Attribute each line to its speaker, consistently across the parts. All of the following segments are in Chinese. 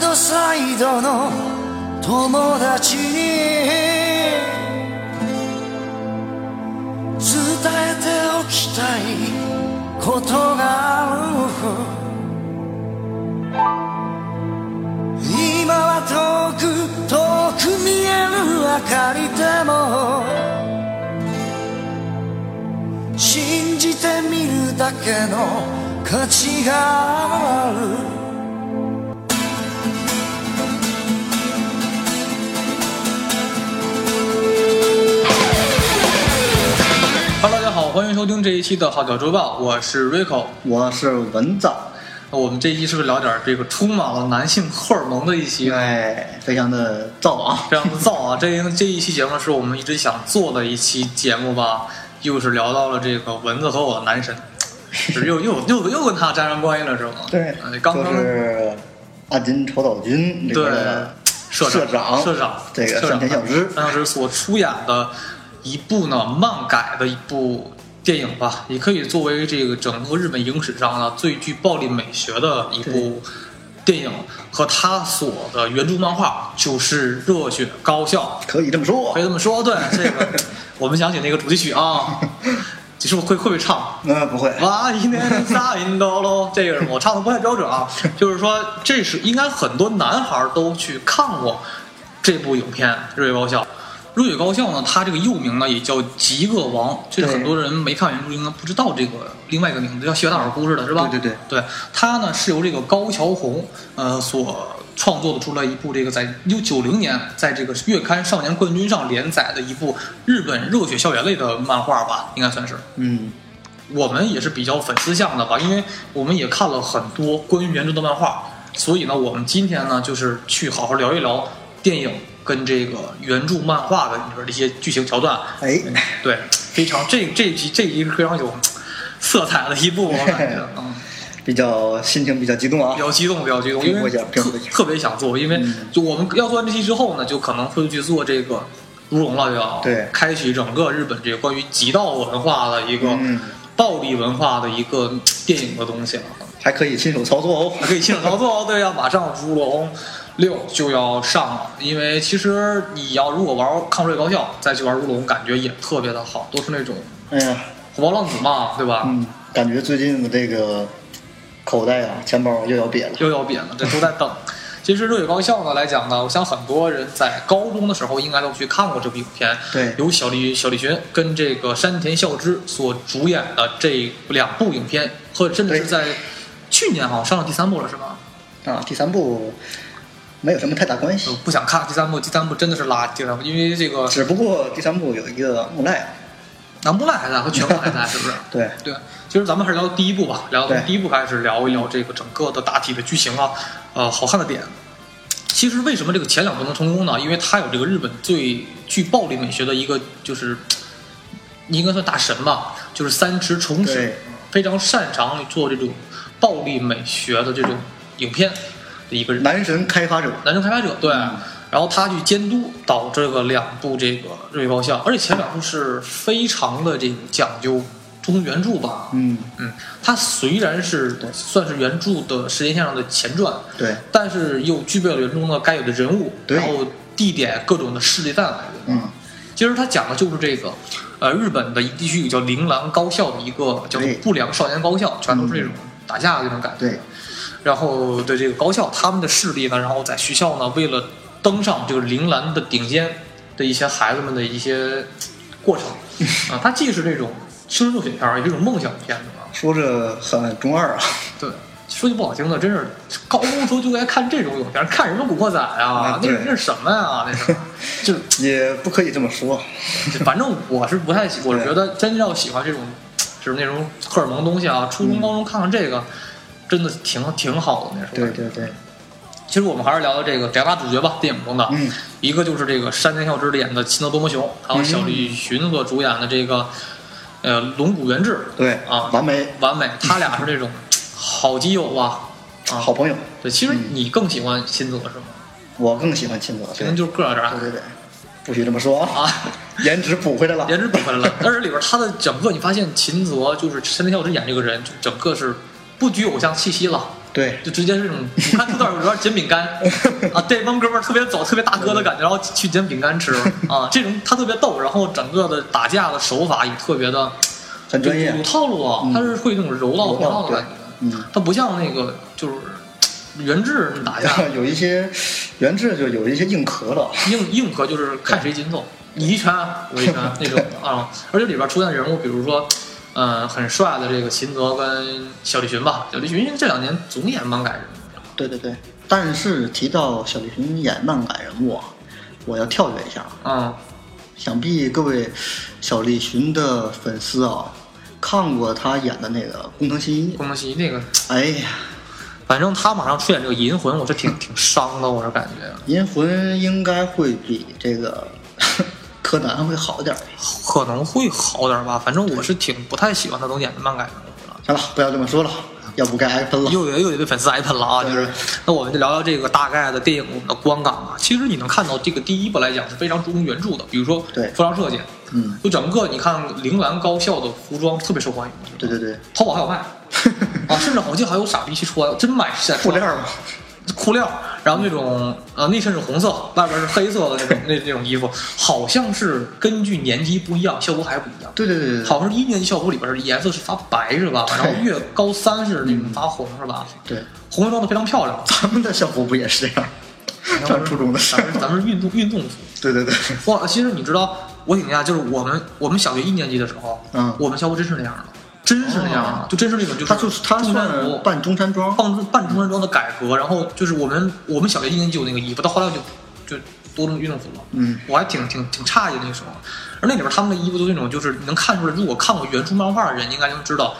Speaker 1: ドサイドの友達に伝えておきたいことがある今は遠く遠く見える明かりでも信じてみるだけの価値がある
Speaker 2: 哈喽，大家好，欢迎收听这一期的《号角周报》，我是 Rico。呃
Speaker 3: 我是文藻，
Speaker 2: 我们这一期是不是聊点儿这个充满了男性荷尔蒙的一期？
Speaker 3: 哎，非常的燥啊。
Speaker 2: 这样子造啊，这一这一期节目是我们一直想做的一期节目吧，又是聊到了这个蚊子和我的男 神，是又又又又跟他沾上关系了是吗？哎刚刚、
Speaker 3: 就是暗金丑岛君这
Speaker 2: 对
Speaker 3: 个
Speaker 2: 社
Speaker 3: 社
Speaker 2: 长
Speaker 3: 长
Speaker 2: 社长
Speaker 3: 这
Speaker 2: 社
Speaker 3: 个
Speaker 2: 长
Speaker 3: 山田孝之
Speaker 2: 山田孝之所出演的一部呢漫改的一部电影吧，也可以作为这个整个日本影史上呢最具暴力美学的一部电影，和他所的原著漫画就是《热血高校》。
Speaker 3: 可以这么说
Speaker 2: 可以，这么说，对这 个，我们想起那个主题曲啊，你是不是会会不会唱？
Speaker 3: 嗯，不会，
Speaker 2: 哇，啊一年撒云哆 喽，这个我唱的不太标准啊，就是说这是应该很多男孩都去看过这部影片《热血高校》。《热血高校》呢，它这个又名呢也叫《极恶王》，这个
Speaker 3: 对
Speaker 2: 很多人没看原著应该不知道这个另外一个名字，叫《血大耳姑》似的，是吧？
Speaker 3: 对对对
Speaker 2: 对，它呢是由这个高桥宏呃所创作的出来一部这个在一九九零年在这个月刊《少年冠军》上连载的一部日本热血校园类的漫画吧，应该算是。
Speaker 3: 嗯，
Speaker 2: 我们也是比较粉丝向的吧，因为我们也看了很多关于原著的漫画，所以呢，我们今天呢就是去好好聊一聊电影跟这个原著漫画的里边的一些剧情桥段。
Speaker 3: 哎，
Speaker 2: 对，非常这这集这集非常有色彩的一部，我感觉，嗯，
Speaker 3: 比较心情比较激动啊
Speaker 2: 比。较激动，比较激动，因
Speaker 3: 平复
Speaker 2: 为
Speaker 3: 一下平
Speaker 2: 特
Speaker 3: 复一下
Speaker 2: 特别想做，因为
Speaker 3: 嗯
Speaker 2: 就我们要做完这期之后呢，就可能会去做这个。如龙了，就要
Speaker 3: 对
Speaker 2: 开启整个日本这个关于极道文化的一个
Speaker 3: 嗯，
Speaker 2: 暴力文化的一个嗯电影的东西了。
Speaker 3: 还可以亲手操作哦。
Speaker 2: 可以亲手操作哦，对呀、马上《如龙六》就要上了，因为其实你要如果玩抗瑞高校，再去玩如龙，感觉也特别的好，都是那种
Speaker 3: 哎呀，
Speaker 2: 虎豹浪子嘛，对吧？
Speaker 3: 嗯，感觉最近的这个口袋啊，钱包又要瘪了。
Speaker 2: 又要扁了，这都在等。其实《热血高校》呢来讲呢，我想很多人在高中的时候应该都去看过这部影片，
Speaker 3: 对
Speaker 2: 由小栗小栗旬跟这个山田孝之所主演的这两部影片，和甚至是
Speaker 3: 对
Speaker 2: 在去年好像上了第三部了，是吗？
Speaker 3: 啊，第三部没有什么太大关
Speaker 2: 我
Speaker 3: 系，
Speaker 2: 不想看第三部，第三部真的是垃圾，第三部因为这个
Speaker 3: 只不过第三部有一个木奈，
Speaker 2: 南部赖还在和全部还在，是 不是？
Speaker 3: 对，
Speaker 2: 对，其实咱们还是聊第一部吧，聊从
Speaker 3: 对
Speaker 2: 第一部开始聊一聊这个整个的大体的剧情啊，呃，好看的点。其实为什么这个前两部能成功呢？因为它有这个日本最具暴力美学的一个，就是应该算大神吧，就是三池崇史
Speaker 3: 对，
Speaker 2: 非常擅长做这种暴力美学的这种影片的一个人。
Speaker 3: 男神开发者，
Speaker 2: 男生开发者，对。
Speaker 3: 嗯
Speaker 2: 然后他去监督导这个两部这个《热血高校》，而且前两部是非常的这个讲究忠于原著吧。
Speaker 3: 嗯，
Speaker 2: 嗯，它虽然是算是原著的时间线上的前传，
Speaker 3: 对，
Speaker 2: 但是又具备了原著呢该有的人物，
Speaker 3: 对
Speaker 2: 然后地点各种的势力范围。
Speaker 3: 嗯，
Speaker 2: 其实它讲的就是这个，呃，日本的一地区有叫铃兰高校的一个叫做
Speaker 3: 对嗯
Speaker 2: 不良少年高校，全都是那种打架的那种感觉。
Speaker 3: 对，
Speaker 2: 然后的这个高校，他们的势力呢，然后在学校呢，为了登上这个铃兰的顶尖的一些孩子们的一些过 程啊，它既是那种青春热血片儿，也是一种梦想片子啊。
Speaker 3: 说着很中二啊，
Speaker 2: 对，说句不好听的，真是高中时候就该看这种影片，看什么《古惑仔》啊
Speaker 3: 啊，
Speaker 2: 那
Speaker 3: 对
Speaker 2: 是那是什么呀、那是 就是
Speaker 3: 也不可以这么说。
Speaker 2: 就反正我是不太喜，我是觉得真要喜欢这种，就是那种荷尔蒙东西啊，初中高中看看这个，真的挺挺好的那时候。
Speaker 3: 嗯对对对，
Speaker 2: 其实我们还是聊聊这个两大主角吧，电影中的，
Speaker 3: 嗯
Speaker 2: 一个就是这个山田孝之演的《亲德多摩雄》，还有小栗旬所主演的这个，呃，龙骨元志，
Speaker 3: 对
Speaker 2: 啊
Speaker 3: 完美
Speaker 2: 完美，他俩是这种好基友啊，啊，
Speaker 3: 好朋友，
Speaker 2: 对，其实
Speaker 3: 嗯
Speaker 2: 你更喜欢亲泽是吗？
Speaker 3: 我更喜欢亲泽。
Speaker 2: 可
Speaker 3: 对
Speaker 2: 能就是个儿这
Speaker 3: 对
Speaker 2: 儿
Speaker 3: 对对，不许这么说啊，
Speaker 2: 啊，
Speaker 3: 颜值补回来了。
Speaker 2: 颜值补回来了，但是里边他的整个你发现秦泽就是山田孝之演这个人，就整个是不拘偶像气息了，
Speaker 3: 对，
Speaker 2: 就直接是那种，你看土豆有点煎饼 干啊，这帮哥们儿特别走，特别大哥的感觉，然后去煎饼干吃啊，这种他特别逗，然后整个的打架的手法也特别的
Speaker 3: 很专业
Speaker 2: 有有。套路啊，
Speaker 3: 嗯
Speaker 2: 他是会那种柔道
Speaker 3: 柔
Speaker 2: 破
Speaker 3: 道
Speaker 2: 道的感觉，
Speaker 3: 对嗯
Speaker 2: 啊他不像那个就是原制打架
Speaker 3: 有一些原制就有一些硬壳了，
Speaker 2: 硬硬核，就是看谁筋斗，你一拳啊我一拳那种的 啊，而且里边出现人物，比如说。嗯，很帅的这个秦泽跟小栗旬吧，小栗旬这两年总演漫改人物，
Speaker 3: 对对对。但是提到小栗旬演漫改人物，啊，我要跳跃一下，啊
Speaker 2: 嗯，
Speaker 3: 想必各位小栗旬的粉丝啊，看过他演的那个《工藤新一》。
Speaker 2: 宫崎那个
Speaker 3: 哎呀，
Speaker 2: 反正他马上出演这个银魂，我是挺挺伤的，我是感觉
Speaker 3: 《银魂》应该会比这个 柯南会好点儿。
Speaker 2: 可能会好点吧。反正我是挺不太喜欢他总演的漫改人物了，
Speaker 3: 行了，不要这么说了，要不该挨喷了。
Speaker 2: 又得又得被粉丝挨喷了啊！
Speaker 3: 对
Speaker 2: 就是那我们就聊聊这个大概的电影我们的观感吧。其实你能看到这个第一部来讲是非常注重原著的，比如说
Speaker 3: 对
Speaker 2: 服装设计，
Speaker 3: 嗯，
Speaker 2: 就整个你看铃兰高校的服装特别受欢迎，
Speaker 3: 对对 对，
Speaker 2: 淘宝还有卖啊，甚至好像还有傻逼去穿，真买是在
Speaker 3: 布
Speaker 2: 穿
Speaker 3: 料儿嘛，
Speaker 2: 裤料，然后那种呃内衬是红色，外边是黑色的那种那那种衣服，好像是根据年级不一样，校服还不一样。
Speaker 3: 对对对对对，
Speaker 2: 好像是一年级校服里边是颜色是发白是吧？然后越高三是那种发红是吧？
Speaker 3: 对，，
Speaker 2: 红装的非常漂亮
Speaker 3: 咱们的校服不也是这样？上初中的时
Speaker 2: 咱
Speaker 3: 候，
Speaker 2: 们咱们是运动运动服。
Speaker 3: 对对对，
Speaker 2: 哇，其实你知道，我挺讶，就是我们我们小学一年级的时候，
Speaker 3: 嗯
Speaker 2: 我们校服真是那样的，真是那样的，
Speaker 3: 哦
Speaker 2: 就真是那种就是
Speaker 3: 他就是他
Speaker 2: 中山
Speaker 3: 算
Speaker 2: 服
Speaker 3: 办中山装，
Speaker 2: 半半中山装的改革，然后就是我们我们小学一年级有那个衣服，到后来就就多种运动服了。
Speaker 3: 嗯，
Speaker 2: 我还挺挺挺诧异的那时候，而那里边他们的衣服都那种就是你能看出来，如果看过原著漫画的人应该能知道，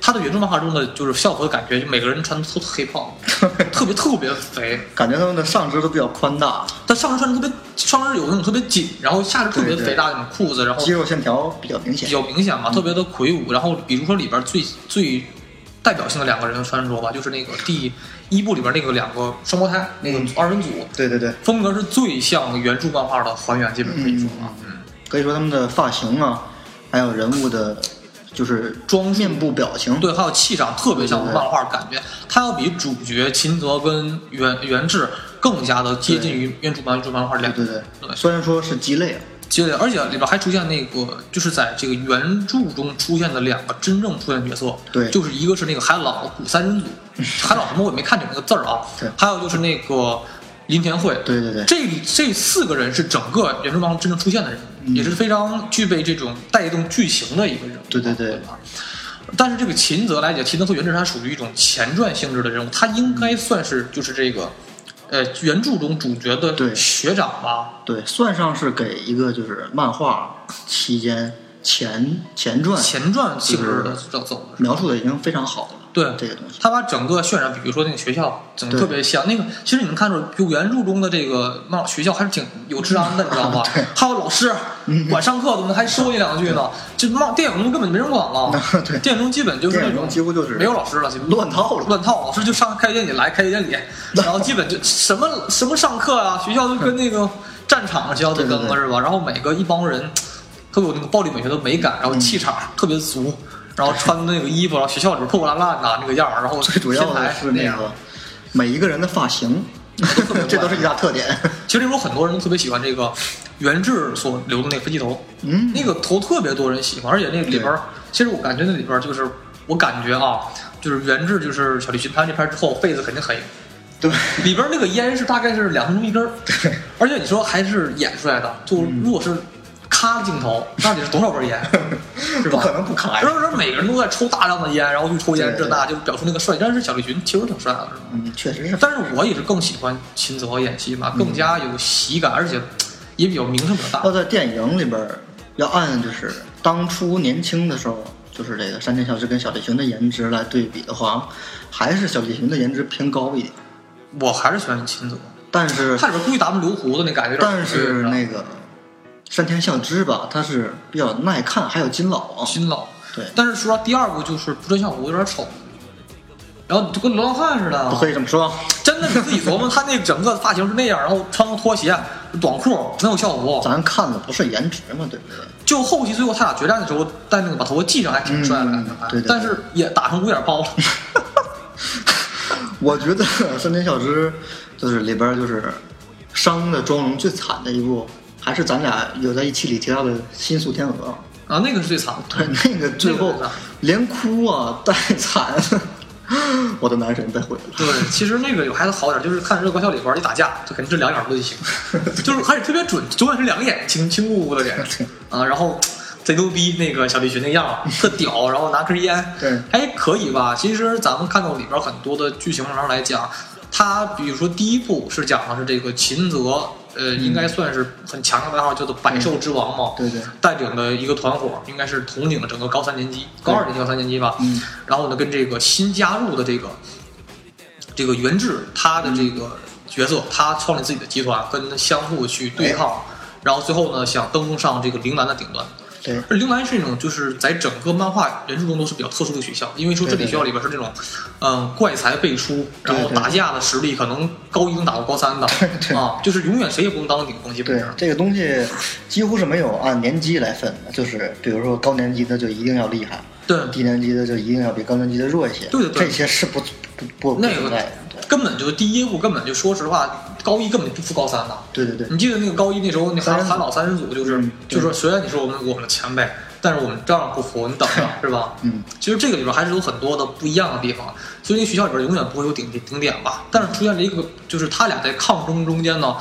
Speaker 2: 他的原著漫画中的就是校服的感觉，就每个人穿的都特黑胖，特别特别肥，
Speaker 3: 感觉他们的上肢都比较宽大，
Speaker 2: 但上身穿的特别上身有那种特别紧，然后下身特别
Speaker 3: 对对
Speaker 2: 肥大的那种裤子，然后
Speaker 3: 肌肉线条比较明
Speaker 2: 比
Speaker 3: 显。
Speaker 2: 较明显嘛，特别的魁梧。然后比如说里边最最代表性的两个人的穿着吧，就是那个第一部里边那个两个双胞胎那个
Speaker 3: 嗯
Speaker 2: 二人组，
Speaker 3: 对对对，
Speaker 2: 风格是最像原著漫画的还原，基本可以说啊。嗯，
Speaker 3: 可以说他们的发型啊，还有人物的，就是
Speaker 2: 装束
Speaker 3: 面部表情，
Speaker 2: 嗯对，还有气场特别像
Speaker 3: 对对对
Speaker 2: 漫画，感觉它要比主角秦泽跟原原志更加的接近于原著漫原著漫画两
Speaker 3: 对对
Speaker 2: 对
Speaker 3: 对，虽然说是鸡肋啊，
Speaker 2: 接近，而且里边还出现那个就是在这个原著中出现的两个真正出现角色，
Speaker 3: 对
Speaker 2: 就是一个是那个海老古三 人组，海老什么我也没看见那个字儿啊，
Speaker 3: 对
Speaker 2: 还有就是那个林田惠，
Speaker 3: 对对对，
Speaker 2: 这这四个人是整个原著漫画真正出现的人，
Speaker 3: 嗯
Speaker 2: 也是非常具备这种带动剧情的一个人物，
Speaker 3: 对对对
Speaker 2: 对吧？但是这个秦泽来讲，秦泽和原志他属于一种前传性质的人物，他应
Speaker 3: 嗯
Speaker 2: 该算是就是这个，呃，原著中主角的
Speaker 3: 对
Speaker 2: 学长吧，
Speaker 3: 对，算上是给一个就是漫画期间前前传
Speaker 2: 前传性质的
Speaker 3: 嗯就
Speaker 2: 走走的。
Speaker 3: 描述的已经非常好了。
Speaker 2: 对
Speaker 3: 这个东 西，
Speaker 2: 他把整个渲染，比如说那个学校，整个
Speaker 3: 对。
Speaker 2: 特别像那个。其实你能看出，就原著中的这个漫学校还是挺有治安的，你知道吧？还有老师管上课怎么还说你两句呢？这漫电影中根本没人管了
Speaker 3: 对
Speaker 2: 电影中基本就是那
Speaker 3: 电影
Speaker 2: 种
Speaker 3: 中几乎就是
Speaker 2: 没有老师了，
Speaker 3: 乱套了
Speaker 2: 乱套。老师就上开学典礼来开学 典礼，然后基本就什么什么上课啊，学校就跟那个战场学校就
Speaker 3: 对
Speaker 2: 跟
Speaker 3: 对
Speaker 2: 了
Speaker 3: 对
Speaker 2: 是吧？然后每个一帮人特别有那个暴力美学的美感，然
Speaker 3: 嗯
Speaker 2: 后气场特别足，然后穿的那个衣服，然后学校里边破破烂烂的那个样儿，然后
Speaker 3: 最主要
Speaker 2: 天
Speaker 3: 的
Speaker 2: 台
Speaker 3: 是
Speaker 2: 那
Speaker 3: 那
Speaker 2: 样
Speaker 3: 个每一个人的发型， 这都是一大 特点。
Speaker 2: 其实有很多人都特别喜欢这个原制所留的那个飞机头，
Speaker 3: 嗯
Speaker 2: 那个头特别多人喜欢，而且那里边儿，其实我感觉那里边儿就是我感觉啊，就是原制就是小栗旬拍完这片儿之后，痱子肯定黑，
Speaker 3: 对，
Speaker 2: 里边儿那个烟是大概是两分钟一根儿，而且你说还是演出来的，就
Speaker 3: 嗯
Speaker 2: 如果是咔镜头，那得是多少 根烟， 是吧？
Speaker 3: 不可能不哎咔呀
Speaker 2: 然后然后每个人都在抽大量的烟，然后去抽烟
Speaker 3: 对
Speaker 2: 这那，就表出那个帅。但是小栗旬其实挺帅的，是吧？
Speaker 3: 嗯，确实是。
Speaker 2: 但是我也是更喜欢秦泽演戏嘛，
Speaker 3: 嗯
Speaker 2: 更加有喜感，而且嘖也比较名声比较
Speaker 3: 要
Speaker 2: 大。
Speaker 3: 在电影里边儿要按就是当初年轻的时候，就是这个山田孝之跟小栗旬的颜值来对比的话，还是小栗旬的颜值偏高一点。
Speaker 2: 我还是喜欢秦泽，
Speaker 3: 但是
Speaker 2: 他里边故意打扮留胡子那感觉有点啊
Speaker 3: 但是那个山田孝之吧，他是比较耐看，还有金老啊。
Speaker 2: 新老。
Speaker 3: 对
Speaker 2: 但是说到第二部就是不穿校服有点丑，然后就跟流浪汉似的。
Speaker 3: 不可以这么说，
Speaker 2: 真的你自己琢磨，他那整个发型是那样，然后穿个拖鞋、短裤，没有校服。
Speaker 3: 咱看的不是颜值嘛，对 不对？
Speaker 2: 就后期最后他俩决战的时候，戴那个把头发系上还挺帅的感觉
Speaker 3: 嗯，对对对
Speaker 2: 但是也打成五眼包了。
Speaker 3: 我觉得《山田孝之》就是里边就是伤的妆容最惨的一部，还是咱俩有在一期里提到的《新宿天鹅
Speaker 2: 啊，那个是最惨的。》。
Speaker 3: 对，嗯那个最后连哭啊，带惨， 我的男神被毁了。
Speaker 2: 对，其实那个有孩子好点，就是看《热狗小李玩一打架，就肯定是两眼不对行，就是而且特别准，永远是两个眼睛青咕咕的脸啊，然后贼牛逼那个小提琴那样儿特屌，然后拿根烟，
Speaker 3: 对
Speaker 2: 还可以吧。其实咱们看到里边很多的剧情上来讲，它比如说第一部是讲的是这个秦泽。呃，应该算是很强的代号，叫做百兽之王嘛。
Speaker 3: 对对
Speaker 2: 带领的一个团伙，应该是统领整个高三年级、高二年级、高三年级吧。
Speaker 3: 嗯，
Speaker 2: 然后呢，跟这个新加入的这个这个袁志他的这个角色，他创立自己的集团，跟相互去对抗，
Speaker 3: 哎
Speaker 2: 然后最后呢，想登陆上这个陵南的顶端。
Speaker 3: 对，
Speaker 2: 而陵南是那种就是在整个漫画原著中都是比较特殊的学校，因为说这
Speaker 3: 对
Speaker 2: 里
Speaker 3: 对
Speaker 2: 学校里边是那种，嗯，怪才辈出，然后
Speaker 3: 对对
Speaker 2: 打架的实力可能高一能打过高三的
Speaker 3: 对
Speaker 2: 啊，就是永远谁也不能当顶峰，基本
Speaker 3: 对
Speaker 2: 上。
Speaker 3: 这个东西几乎是没有按年级来分的，就是比如说高年级的就一定要厉害，
Speaker 2: 对，
Speaker 3: 低年级的就一定要比高年级的弱一些。
Speaker 2: 对对对
Speaker 3: 这些是不不不不
Speaker 2: 那
Speaker 3: 存
Speaker 2: 个
Speaker 3: 在的。
Speaker 2: 根本就第一部根本就说实话，高一根本不服高三的。
Speaker 3: 对对对对
Speaker 2: 你记得那个高一那时候，那
Speaker 3: 三
Speaker 2: 韩
Speaker 3: 人组
Speaker 2: 韩老三人组就是
Speaker 3: 嗯，
Speaker 2: 就
Speaker 3: 对
Speaker 2: 说哎虽然你是我们我们的前辈，但是我们照样不服，你等着是吧？
Speaker 3: 嗯，
Speaker 2: 其实这个里边还是有很多的不一样的地方，所以那学校里边永远不会有顶顶顶点吧。但是出现了一个，就是他俩在抗争中间呢，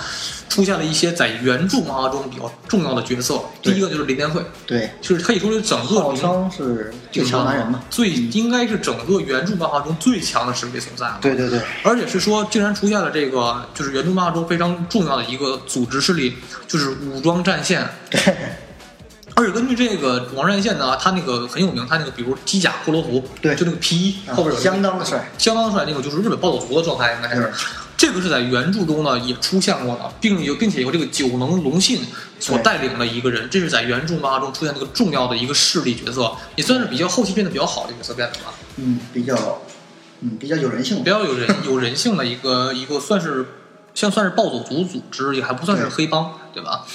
Speaker 2: 出现了一些在原著漫画中比较重要的角色。第
Speaker 3: 对
Speaker 2: 一个就是林连惠，
Speaker 3: 对，
Speaker 2: 就是可以说是整个
Speaker 3: 浩
Speaker 2: 林
Speaker 3: 商是最强男人嘛？嗯
Speaker 2: 最应该是整个原著漫画中最强的实力存在了。
Speaker 3: 对对对，
Speaker 2: 而且是说，竟然出现了这个就是原著漫画中非常重要的一个组织势力，就是武装战 线。而且根据这个武装战线呢，它那个很有名，它那个比如机甲骷髅服，
Speaker 3: 对
Speaker 2: 就那个皮衣
Speaker 3: 啊
Speaker 2: 后边有一个
Speaker 3: 相当的帅，
Speaker 2: 相当帅那个就是日本暴走族的状态，应该是
Speaker 3: 嗯。
Speaker 2: 这个是在原著中呢也出现过的，并有并且由这个九能龙信所
Speaker 3: 对
Speaker 2: 带领的一个人，这是在原著漫画中出现的一个重要的一个势力角色，也算是比较后期变得比较好的角色变成了。
Speaker 3: 嗯，比较嗯比较有人性
Speaker 2: 比。较有人有人性的一个一个算是像算是暴走族组织，也还不算是
Speaker 3: 对
Speaker 2: 黑帮，对吧？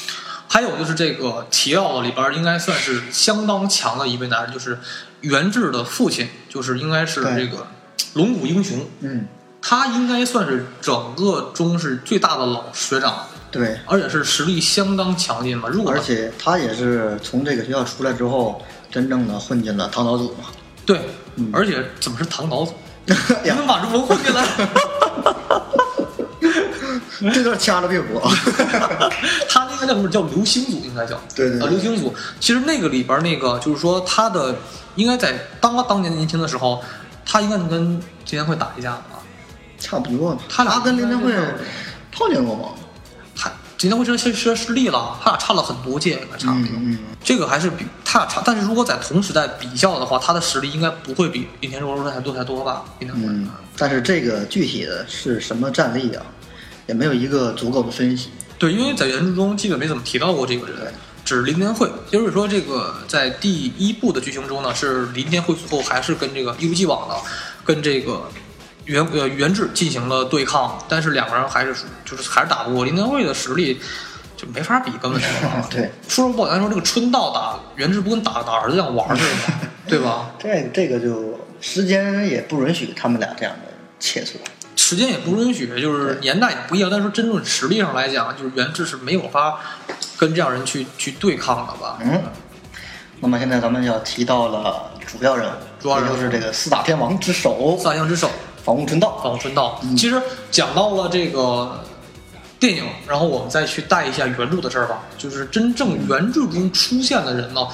Speaker 2: 还有就是这个提奥里边儿应该算是相当强的一位男人，就是源治的父亲，就是应该是
Speaker 3: 对
Speaker 2: 这个龙骨英雄，
Speaker 3: 嗯，
Speaker 2: 他应该算是整个中是最大的老学长，
Speaker 3: 对，
Speaker 2: 而且是实力相当强劲嘛。如果
Speaker 3: 而且他也是从这个学校出来之后，真正的混进了唐老组嘛。
Speaker 2: 对，
Speaker 3: 嗯
Speaker 2: 而且怎么是唐 导组？你
Speaker 3: 哎呀，
Speaker 2: 们把这文混进来，
Speaker 3: 这段掐了别播。
Speaker 2: 他那个叫什么叫流星组，应该叫
Speaker 3: 对对
Speaker 2: 啊，
Speaker 3: 对
Speaker 2: 流星组。其实那个里边儿那个就是说他的，应该在当当年年轻的时候，他应该能跟金天会打一架啊吧？
Speaker 3: 差不多吧。
Speaker 2: 他俩
Speaker 3: 跟林天惠
Speaker 2: 应该是
Speaker 3: 碰见过吗？
Speaker 2: 他金天会这实失失利了，他俩差了很多届，应该差不多。
Speaker 3: 嗯
Speaker 2: 这个还是比他俩差，但是如果在同时代比较的话，他的实力应该不会比林天荣多太多太多吧？林天会。啊
Speaker 3: 嗯。但是这个具体的是什么战力啊，也没有一个足够的分析。
Speaker 2: 对，因为在原著中基本没怎么提到过这个人
Speaker 3: 对，
Speaker 2: 只是林天惠。也就是说，这个在第一部的剧情中呢，是林天惠最后还是跟这个一如既往的跟这个原呃原志进行了对抗，但是两个人还是属就是还是打不过林天惠的实力。就没法比，根本就
Speaker 3: 对。
Speaker 2: 说不好听说，这个春道打原志不跟打打儿子一样玩儿似的 吗，对吧？
Speaker 3: 这这个就时间也不允许他们俩这样的切磋。
Speaker 2: 时间也不允许，就是
Speaker 3: 对
Speaker 2: 年代也不一样，但是真正实力上来讲，就是原志是没有法跟这样人去去对抗的吧？
Speaker 3: 嗯，那么现在咱们要提到了主要人物，
Speaker 2: 主要人
Speaker 3: 也
Speaker 2: 物
Speaker 3: 就是这个四大天王之首
Speaker 2: 四大洋之首，
Speaker 3: 房屋春道。
Speaker 2: 访春道。其实讲到了这个电影，然后我们再去带一下原著的事儿吧。就是真正原著中出现的人呢，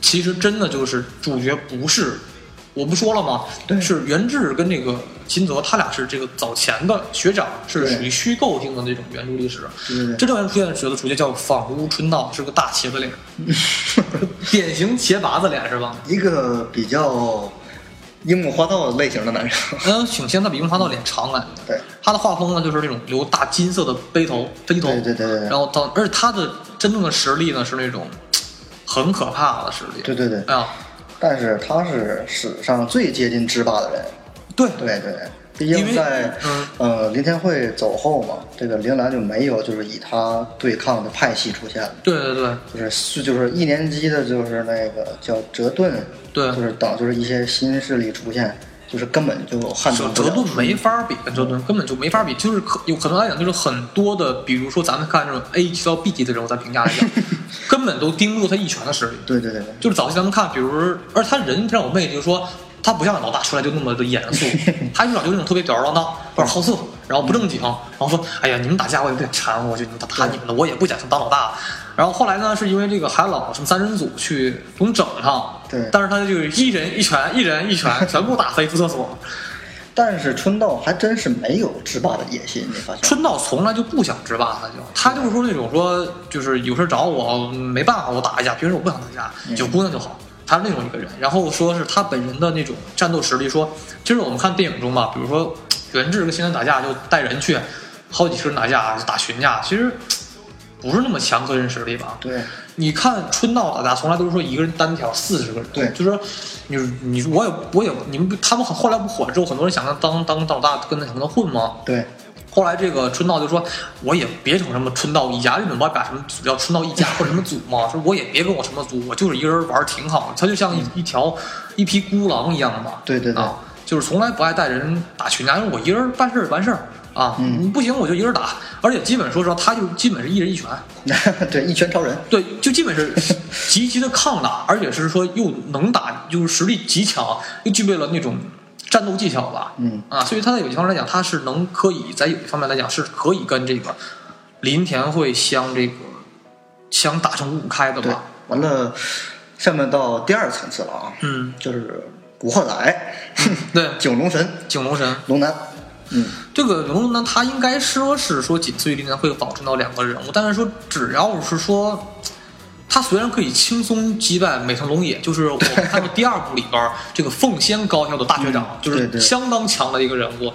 Speaker 2: 其实真的就是主角不是，我不说了吗？
Speaker 3: 对
Speaker 2: 是袁志跟这个秦泽，他俩是这个早前的学长，是
Speaker 3: 对
Speaker 2: 属于虚构性的那种原著历史。
Speaker 3: 对对对
Speaker 2: 真正出现的角色主角叫访屋春道，是个大茄子脸， 典型茄拔子脸是吧？
Speaker 3: 一个比较樱木花道类型的男人。
Speaker 2: 嗯，挺像他比樱花道脸长感觉。
Speaker 3: 对，
Speaker 2: 他的画风呢，就是那种留大金色的背头，背头，
Speaker 3: 对对对对对
Speaker 2: 然后到，而且他的真正的实力呢，是那种很可怕的实力。
Speaker 3: 对对对
Speaker 2: 啊，
Speaker 3: 但是他是史上最接近制霸的人。
Speaker 2: 对
Speaker 3: 对对，毕
Speaker 2: 因为
Speaker 3: 竟在
Speaker 2: 嗯
Speaker 3: 呃林天惠走后嘛，这个铃兰就没有就是以他对抗的派系出现了。
Speaker 2: 对对对
Speaker 3: 就是是就是一年级的，就是那个叫折盾，
Speaker 2: 对
Speaker 3: 就是等就是一些新势力出现，就是根本就撼动不
Speaker 2: 折
Speaker 3: 了。嗯
Speaker 2: 顿没法比，折顿根本就没法比，就是可有可能来讲，就是很多的，比如说咱们看这种 A 级到 B 级的人物，咱评价来 讲，根本都盯不住他一拳的实力。
Speaker 3: 对对对对，
Speaker 2: 就是早期咱们看，比如，而他人他让我魅力，就是说他不像老大出来就那么的严肃，他一出场就那种特别吊儿郎当，有点好色，然后不正经，然后说，哎呀，你们打架我也不想掺和，我就你们打打你们的，我也不想当老大。然后后来呢，是因为这个海老什么三人组去总整上，
Speaker 3: 对
Speaker 2: 但是他就是一人一拳，一人一拳，全部打飞出厕所。
Speaker 3: 但是春道还真是没有制霸的野心，你发现？
Speaker 2: 春道从来就不想制霸，他就他就是说那种说就是有事找我没办法我打一架，平时我不想打架，有姑娘就好，他是那种一个人。然后说是他本人的那种战斗实力说，就是我们看电影中嘛，比如说袁志跟新人打架就带人去，好几十人打架打群架，其实不是那么强个人实力吧？
Speaker 3: 对，
Speaker 2: 你看春道打架，从来都是说一个人单挑四十个人，
Speaker 3: 对
Speaker 2: 就是说你你我也我也你们他们很后来不火了之后，很多人想当当当老大跟他想跟他混吗？
Speaker 3: 对，
Speaker 2: 后来这个春道就说，我也别整什么春道一家，日本不还把什么组叫春道一家或者什么组嘛， 说我也别跟我什么组，我就是一个人玩儿挺好的。他就像一一条一匹孤狼一样嘛，
Speaker 3: 对对对
Speaker 2: 啊，就是从来不爱带人打群架，因为我一人办事儿完事儿啊，
Speaker 3: 嗯
Speaker 2: 你不行我就一人打，而且基本说实话，他就基本是一人一拳，
Speaker 3: 对，一拳超人。
Speaker 2: 对，就基本是极其的抗打，而且是说又能打，就是实力极强，又具备了那种战斗技巧吧。
Speaker 3: 嗯
Speaker 2: 啊，所以他在有些方面来讲，他是能可以在有一方面来讲是可以跟这个林田会相这个相打成五五开的
Speaker 3: 对
Speaker 2: 吧。，
Speaker 3: 完了，下面到第二层次了啊，
Speaker 2: 嗯，
Speaker 3: 就是古惑仔、
Speaker 2: 对，
Speaker 3: 九龙神、
Speaker 2: 井龙神
Speaker 3: 龙男。嗯，
Speaker 2: 这个龙龙呢，他应该说是说仅次于林田会保证到两个人物，但是说只要是说。他虽然可以轻松击败美藤龙也，就是我们看到第二部里边儿这个奉先高校的大学长，
Speaker 3: 嗯
Speaker 2: 就是
Speaker 3: 对对
Speaker 2: 相当强的一个人物。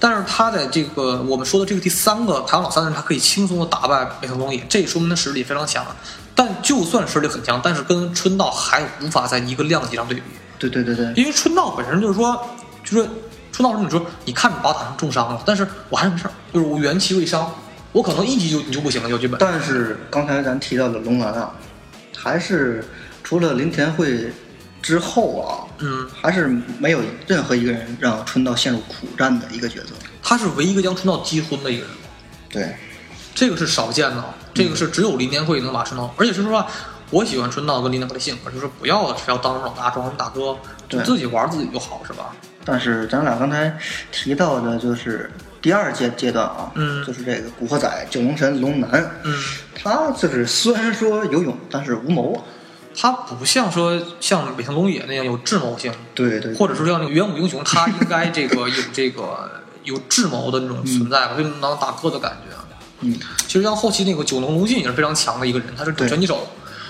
Speaker 2: 但是他在这个我们说的这个第三个排行老三的人，他可以轻松的打败美藤龙也，这也说明他实力非常强。但就算实力很强，但是跟春道还无法在一个量级上对比。
Speaker 3: 对对对对，
Speaker 2: 因为春道本身就是说，就是春道这么说，你看着把我打成重伤了，但是我还是没事儿，就是我元气未伤，我可能一级就你就不行了，有剧本。
Speaker 3: 但是刚才咱提到的龙男啊，还是除了林田惠之后啊，
Speaker 2: 嗯，
Speaker 3: 还是没有任何一个人让春道陷入苦战的一个角色。
Speaker 2: 他是唯一一个将春道击昏的一个人，
Speaker 3: 对，
Speaker 2: 这个是少见的，啊这个是只有林年会能把春道。而且说实话，我喜欢春道跟林年会的性格，就是不要非要当什么老大，装什么大哥，就
Speaker 3: 对
Speaker 2: 自己玩自己就好，是吧？
Speaker 3: 但是咱俩刚才提到的就是第二阶阶段啊，
Speaker 2: 嗯
Speaker 3: 就是这个古惑仔、九龙神、龙男，
Speaker 2: 嗯，
Speaker 3: 他就是虽然说有勇，但是无谋啊。
Speaker 2: 他不像说像北藤龙也那样有智谋性，
Speaker 3: 对对，
Speaker 2: 或者说像那个远古英雄，他应该这个有这个有智谋的那种存在吧，就能当大哥的感觉。啊
Speaker 3: 嗯，
Speaker 2: 其实像后期那个九龙龙信也是非常强的一个人，他是
Speaker 3: 对嗯
Speaker 2: 拳击手，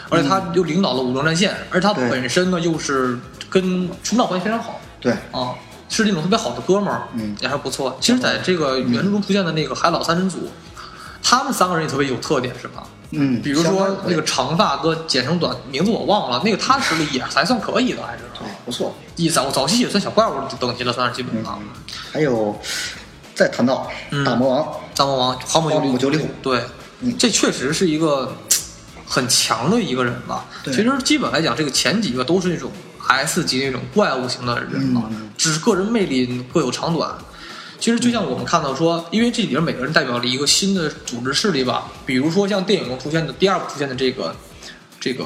Speaker 2: 而且他又领导了武装战线，而且他
Speaker 3: 对
Speaker 2: 本身呢又是跟春道关系非常好
Speaker 3: 对，
Speaker 2: 啊，是那种特别好的哥们儿，
Speaker 3: 嗯
Speaker 2: 也还不错。其实，在这个原著中出现的那个海老三人组，他们三个人也特别有特点，是吧？
Speaker 3: 嗯，
Speaker 2: 比如
Speaker 3: 相
Speaker 2: 说
Speaker 3: 当可以
Speaker 2: 那个长发哥剪成短，名字我忘了，那个他实力也还算可以的，还是
Speaker 3: 对不错，
Speaker 2: 一早早期也算小怪物的等级了，算是基本上。
Speaker 3: 还有再谈到
Speaker 2: 嗯
Speaker 3: 大魔王，
Speaker 2: 大魔王黄
Speaker 3: 黄
Speaker 2: 木
Speaker 3: 木九里虎，
Speaker 2: 对，
Speaker 3: 嗯
Speaker 2: 这确实是一个嘖很强的一个人吧。
Speaker 3: 对
Speaker 2: 其实基本来讲，这个前几个都是那种 S 级那种怪物型的人嘛，
Speaker 3: 嗯
Speaker 2: 只是个人魅力各有长短。其实就像我
Speaker 3: 嗯
Speaker 2: 们看到说，因为这里边每个人代表了一个新的组织势力吧，比如说像电影中出现的第二部出现的这个这个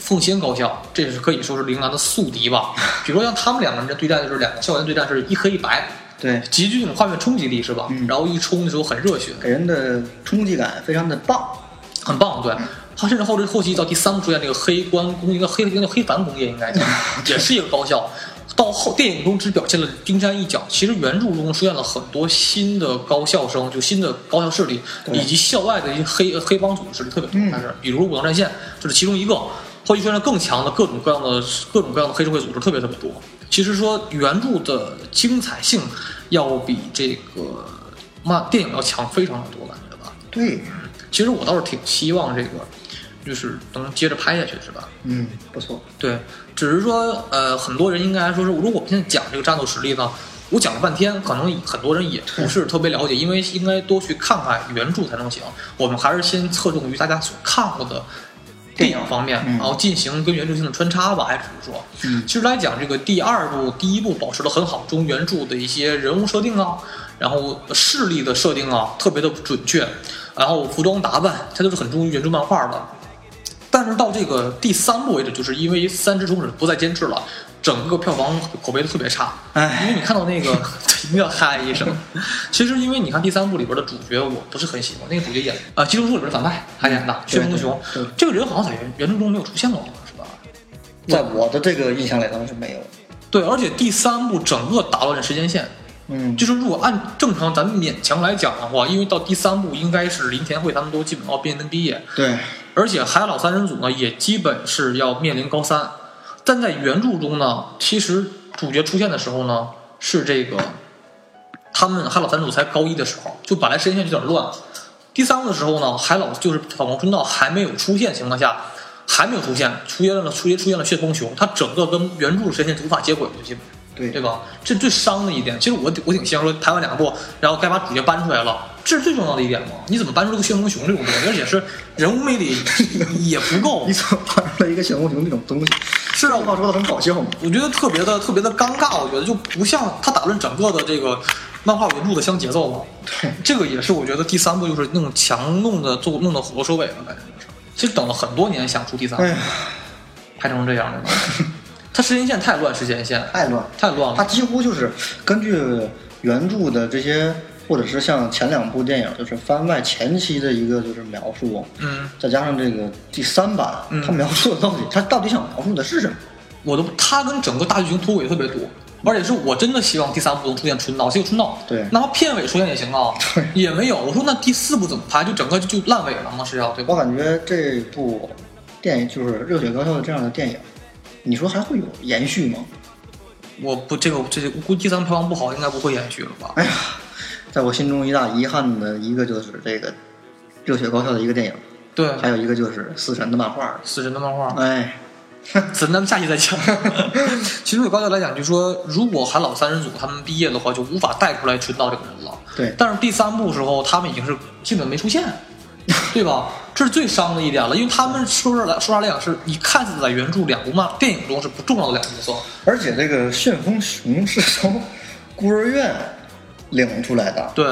Speaker 2: 奉先高校，这也是可以说是铃兰的宿敌吧。比如说像他们两个人的对战就是两个校园对战是一黑一白，
Speaker 3: 对，
Speaker 2: 极具那种画面冲击力是吧？
Speaker 3: 嗯
Speaker 2: 然后一冲的时候很热血，
Speaker 3: 给人的冲击感非常的棒。
Speaker 2: 很棒，对。他甚至后后期到第三部出现这个黑关工业，黑叫黑帆工业应该 叫，也是一个高校。到后电影中只表现了冰山一角，其实原著中出现了很多新的高校生，就新的高校势力，
Speaker 3: 对
Speaker 2: 以及校外的一些黑黑帮组织势力特别多。
Speaker 3: 嗯
Speaker 2: 但是，比如武装战线就是其中一个，后期出现了更强的各种各样的各种各样的黑社会组织特别特别多。其实说原著的精彩性要比这个漫电影要强非常的多，感觉吧。
Speaker 3: 对，
Speaker 2: 其实我倒是挺希望这个，就是能接着拍下去，是吧？
Speaker 3: 嗯，不错，
Speaker 2: 对，只是说，呃，很多人应该说是，如果我们现在讲这个战斗实力呢，我讲了半天，可能很多人也不是特别了解，因为应该多去看看原著才能行。我们还是先侧重于大家所看过的电影方面，
Speaker 3: 嗯
Speaker 2: 然后进行跟原著性的穿插吧，还只是说，
Speaker 3: 嗯
Speaker 2: 其实来讲，这个第二部、第一部保持的很好，中原著的一些人物设定啊，然后势力的设定啊，特别的准确，然后服装打扮，它都是很忠于原著漫画的。但是到这个第三部为止，就是因为《三只手指》不再监制了，整个票房口碑都特别差。
Speaker 3: 哎
Speaker 2: 因为你看到那 个，一定要嗨一声。其实因为你看第三部里边的主角，我不是很喜欢那个主角演啊，呃《基督徒》里边的反派还演的
Speaker 3: 对
Speaker 2: 旋风熊
Speaker 3: 对对，
Speaker 2: 这个人好像在原原著中没有出现过，是吧？
Speaker 3: 在我的这个印象里当然是没有。
Speaker 2: 对，而且第三部整个打乱了时间线，
Speaker 3: 嗯，
Speaker 2: 就是如果按正常咱们勉强来讲的话，因为到第三部应该是林田惠他们都基本要面临毕业，
Speaker 3: 对，
Speaker 2: 而且海老三人组呢也基本是要面临高三，但在原著中呢，其实主角出现的时候呢是这个他们海老三人组才高一的时候，就本来时间线就有点乱。第三部的时候呢，海老就是草木春道还没有出现情况下，还没有出现，出现了出现出现了旋风熊，它整个跟原著的时间线是无法接轨的，基本。
Speaker 3: 对
Speaker 2: 对吧？这最伤的一点，其实我我挺希望说台湾两部，然后该把主角搬出来了，这是最重要的一点嘛？你怎么搬出这个旋风熊这种东西？而且是人物魅力也不够
Speaker 3: 你，怎么玩了一个小红熊这种东西？
Speaker 2: 是啊，
Speaker 3: 这话说的很搞笑嘛。
Speaker 2: 我觉得特别的特别的尴尬，我觉得就不像他打乱整个的这个漫画原著的相节奏了。
Speaker 3: 对，
Speaker 2: 这个也是我觉得第三部就是那种强弄的做弄的虎头蛇尾的感觉是。其实等了很多年想出第三部
Speaker 3: 哎，呀，
Speaker 2: 拍成这样的，他时间线太乱，时间线
Speaker 3: 太哎乱了。
Speaker 2: 太乱
Speaker 3: 它
Speaker 2: 了。
Speaker 3: 几乎就是根据原著的这些，或者是像前两部电影，就是番外前期的一个就是描述，
Speaker 2: 嗯，
Speaker 3: 再加上这个第三版，
Speaker 2: 嗯
Speaker 3: 它描述的到底，它到底想描述的是什么？
Speaker 2: 我都他跟整个大剧情脱轨特别多，而且是我真的希望第三部能出现春闹，结果春闹，
Speaker 3: 对
Speaker 2: 哪怕片尾出现也行啊，
Speaker 3: 对
Speaker 2: 也没有。我说那第四部怎么拍？就整个就就烂尾了嘛，是要对吧？
Speaker 3: 我感觉这部电影就是热血高校的这样的电影，你说还会有延续吗？
Speaker 2: 我不这个这个估计咱们票房不好，应该不会延续了吧？
Speaker 3: 哎呀，在我心中一大遗憾的一个就是这个热血高校的一个电影，
Speaker 2: 对，
Speaker 3: 还有一个就是死神的漫画。
Speaker 2: 死神的漫画，
Speaker 3: 哎，
Speaker 2: 死神咱们下期再讲。 其实对高校来讲，就说如果韩老三人组他们毕业的话，就无法带出来春道这个人了。
Speaker 3: 对，
Speaker 2: 但是第三部时候，他们已经是基本没出现，对吧？这是最伤的一点了，因为他们说实来说实话来讲，是你看似在原著两部漫电影中是不重要的两个角色，
Speaker 3: 而且这个旋风熊是从孤儿院领出来的，
Speaker 2: 对，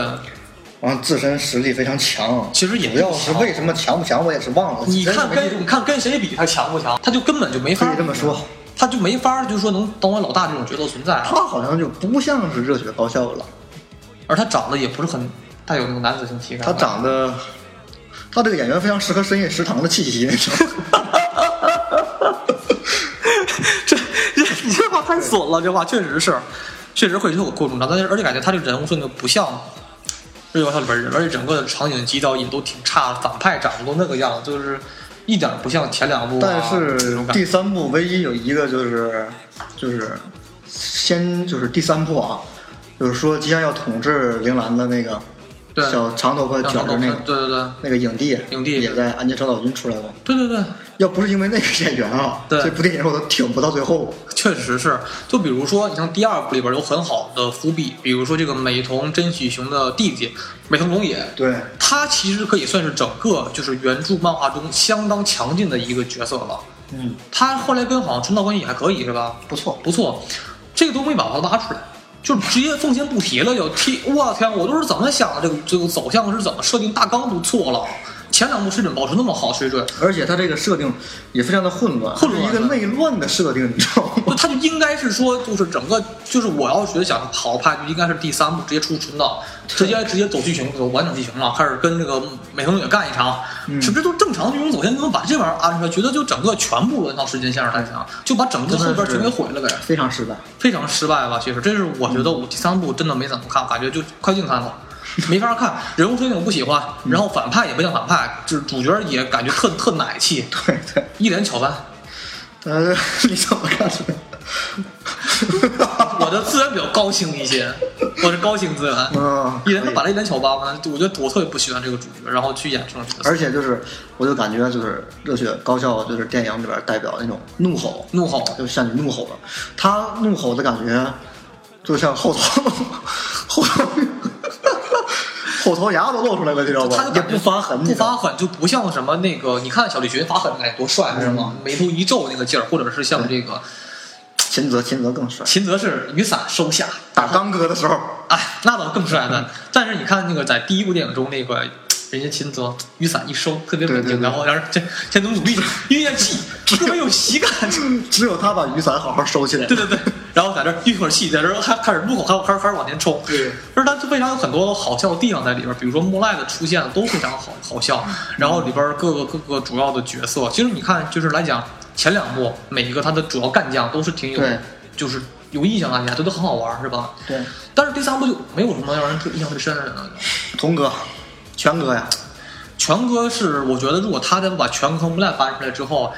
Speaker 3: 然后自身实力非常强。
Speaker 2: 其实也
Speaker 3: 主要是
Speaker 2: 没有强
Speaker 3: 为什么强不强，我也是忘了。
Speaker 2: 你看
Speaker 3: 真是没记
Speaker 2: 跟你看跟谁比他强不强，他就根本就没
Speaker 3: 住
Speaker 2: 法
Speaker 3: 可以这么说，，
Speaker 2: 他就没法就是说能当我老大这种角色存在啊，
Speaker 3: 他好像就不像是热血高校了，
Speaker 2: 而他长得也不是很带有那种男子性气概，
Speaker 3: 他长得，他这个演员非常适合深夜食堂的气息，你知道吗？
Speaker 2: 这这你这话太损了，这话确实是，确实会有过重张，但是而且感觉他这个人物设定不像《日高校》里边人，而且整个的场景基调也都挺差，反派长得都那个样子，就是一点不像前两部、啊。
Speaker 3: 但
Speaker 2: 这
Speaker 3: 是
Speaker 2: 种感
Speaker 3: 第
Speaker 2: 觉，
Speaker 3: 三部唯一有一个就是，就是先就是第三部啊，就是说即将要统治铃兰的那个
Speaker 2: 对
Speaker 3: 小长头发
Speaker 2: 让
Speaker 3: 卷
Speaker 2: 他
Speaker 3: 着
Speaker 2: 们
Speaker 3: 那个
Speaker 2: 对对对
Speaker 3: 那个影帝，
Speaker 2: 影帝
Speaker 3: 也在《安吉超岛君》出来过。
Speaker 2: 对对对，
Speaker 3: 要不是因为那个演员啊，
Speaker 2: 对
Speaker 3: 这部电影我都挺不到最后。
Speaker 2: 确实是。就比如说，你像第二部里边有很好的伏笔，比如说这个美瞳真喜雄的弟弟美瞳龙也，
Speaker 3: 对，
Speaker 2: 他其实可以算是整个就是原著漫画中相当强劲的一个角色了。
Speaker 3: 嗯，
Speaker 2: 他后来跟好像春道关系也还可以是吧？
Speaker 3: 不错。
Speaker 2: 不错，这个都没把他拉出来，就直接奉献不提了。就踢，我天，我都是怎么想的？这个这个走向是怎么设定大纲都错了。前两部水准保持那么好水准，
Speaker 3: 而且他这个设定也非常的混乱，
Speaker 2: 混乱
Speaker 3: 是一个内乱的设定，你知道吗？
Speaker 2: 不，他就应该是说，就是整个就是我要觉得想好好拍，就应该是第三部直接出春道，直接直接走剧情，走完整剧情了，开始跟这个美藤也干一场，是不是都正常剧情走线？怎么把这玩意儿安出来？觉得就整个全部轮到时间线上来讲，就把整个后边全给毁了呗。
Speaker 3: 非常失败。
Speaker 2: 非常失败吧，其实这是我觉得我第三部真的没怎么看，感觉就快进看了。没法看，人物设定我不喜欢，然后反派也不像反派，就是主角也感觉特特奶气，
Speaker 3: 对对，
Speaker 2: 一脸巧翻。
Speaker 3: 呃，你怎么看出来？
Speaker 2: 我的资源比较高清一些， 我是高清资源，
Speaker 3: 嗯
Speaker 2: 一脸
Speaker 3: 可以
Speaker 2: 把他一脸巧翻嘛，我觉得我特别不喜欢这个主角，然后去演这种角色，
Speaker 3: 而且就是，我就感觉就是热血高校就是电影里边代表那种怒吼，
Speaker 2: 怒吼，
Speaker 3: 就像你怒吼了，他怒吼的感觉就像后头后头后槽牙都露出来了，你知道
Speaker 2: 他
Speaker 3: 吧
Speaker 2: 就？
Speaker 3: 也
Speaker 2: 感觉
Speaker 3: 不发狠，
Speaker 2: 不
Speaker 3: 你知道
Speaker 2: 发
Speaker 3: 吗
Speaker 2: 狠就不像什么那个，你看小李群发狠那多帅是吗？
Speaker 3: 嗯
Speaker 2: 眉头一皱那个劲儿，或者是像这个
Speaker 3: 秦泽，秦泽更帅。
Speaker 2: 秦泽是雨伞收下，
Speaker 3: 打刚哥的时候，
Speaker 2: 哎，那倒更帅
Speaker 3: 嗯
Speaker 2: 了。但是你看那个在第一部电影中那个。人家秦泽雨伞一收，特别稳
Speaker 3: 对对
Speaker 2: 定，
Speaker 3: 对
Speaker 2: 然后让人这这努努力运运气， 特别有喜感。
Speaker 3: 只有他把雨伞好好收起来
Speaker 2: 对。对对，然后在这儿一会儿气，在这儿还开始怒吼，还有开始开始往前冲。
Speaker 3: 对，
Speaker 2: 而它非常有很多好笑的地方在里边儿，比如说莫奈的出现都非常好好笑，
Speaker 3: 嗯
Speaker 2: 然后里边儿各个各个主要的角色，其实你看就是来讲前两幕每一个他的主要干将都是挺有
Speaker 3: 对，
Speaker 2: 就是有印象的，大家都都很好玩儿，是吧？
Speaker 3: 对，
Speaker 2: 但是第三部就没有什么让人特印象特别深的人了。
Speaker 3: 童哥，权哥呀，
Speaker 2: 权哥是我觉得，如果他再不把权哥和莫奈搬出来之后，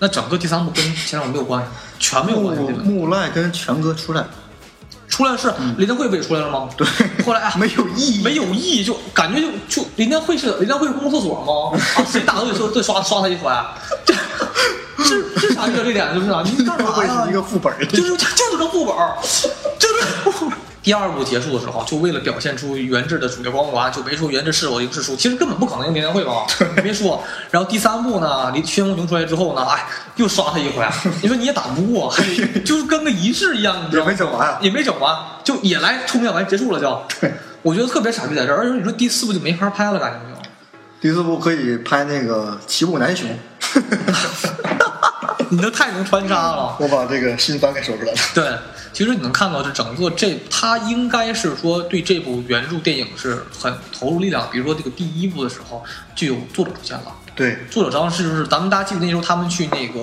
Speaker 2: 那整个第三部跟前两部没有关系，全没有
Speaker 3: 木
Speaker 2: 关系。对吧
Speaker 3: 木赖跟权哥出来，
Speaker 2: 出来是林天惠不也出来了吗？
Speaker 3: 嗯对，
Speaker 2: 后来啊，
Speaker 3: 没有意义，
Speaker 2: 没有意义，就感觉就就林天惠是林天惠是公共厕所吗？啊，谁打都得说对刷刷他一回，这这这啥意思？这点就是啊，你干
Speaker 3: 会不
Speaker 2: 啥
Speaker 3: 会
Speaker 2: 呀
Speaker 3: 是一？个副本儿？
Speaker 2: 就是就是个副本儿，就是个副本儿。第二部结束的时候，就为了表现出原制的主角光环，就没说原制是我赢是输，其实根本不可能赢联欢会嘛，别说。然后第三部呢，林薛梦龙出来之后呢，哎，又刷他一回，你说你也打不 过，还就是跟个仪式一样，你知
Speaker 3: 也
Speaker 2: 道吗
Speaker 3: 没？整完，
Speaker 2: 也没整完，就也来冲面完结束了就。
Speaker 3: 对
Speaker 2: 我觉得特别傻逼在这儿，而且你说第四部就没法拍了，感觉就。
Speaker 3: 第四部可以拍那个《骑步难雄》，
Speaker 2: 你这太能穿插了。
Speaker 3: 我把这个新番给说出来了。
Speaker 2: 对，其实你能看到这整个这，他应该是说对这部原著电影是很投入力量。比如说这个第一部的时候就有作者出现了，
Speaker 3: 对，
Speaker 2: 作者当时就是咱们大家记得那时候他们去那个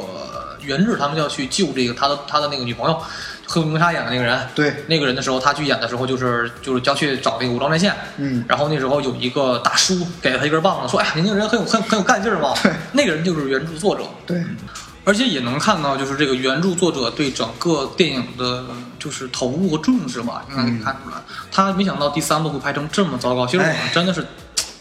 Speaker 2: 原制，他们要去救这个他的他的那个女朋友，黑木明沙演的那个人，
Speaker 3: 对
Speaker 2: 那个人的时候，他去演的时候就是就是要去找那个武装战线，
Speaker 3: 嗯
Speaker 2: 然后那时候有一个大叔给了他一根棒子，说哎呀，年轻人很有很很有干劲儿嘛，
Speaker 3: 对
Speaker 2: 那个人就是原著作者，
Speaker 3: 对，
Speaker 2: 而且也能看到，就是这个原著作者对整个电影的，就是投入和重视吧，应该可以看出来。他没想到第三部会拍成这么糟糕，其实我
Speaker 3: 哎
Speaker 2: 们真的是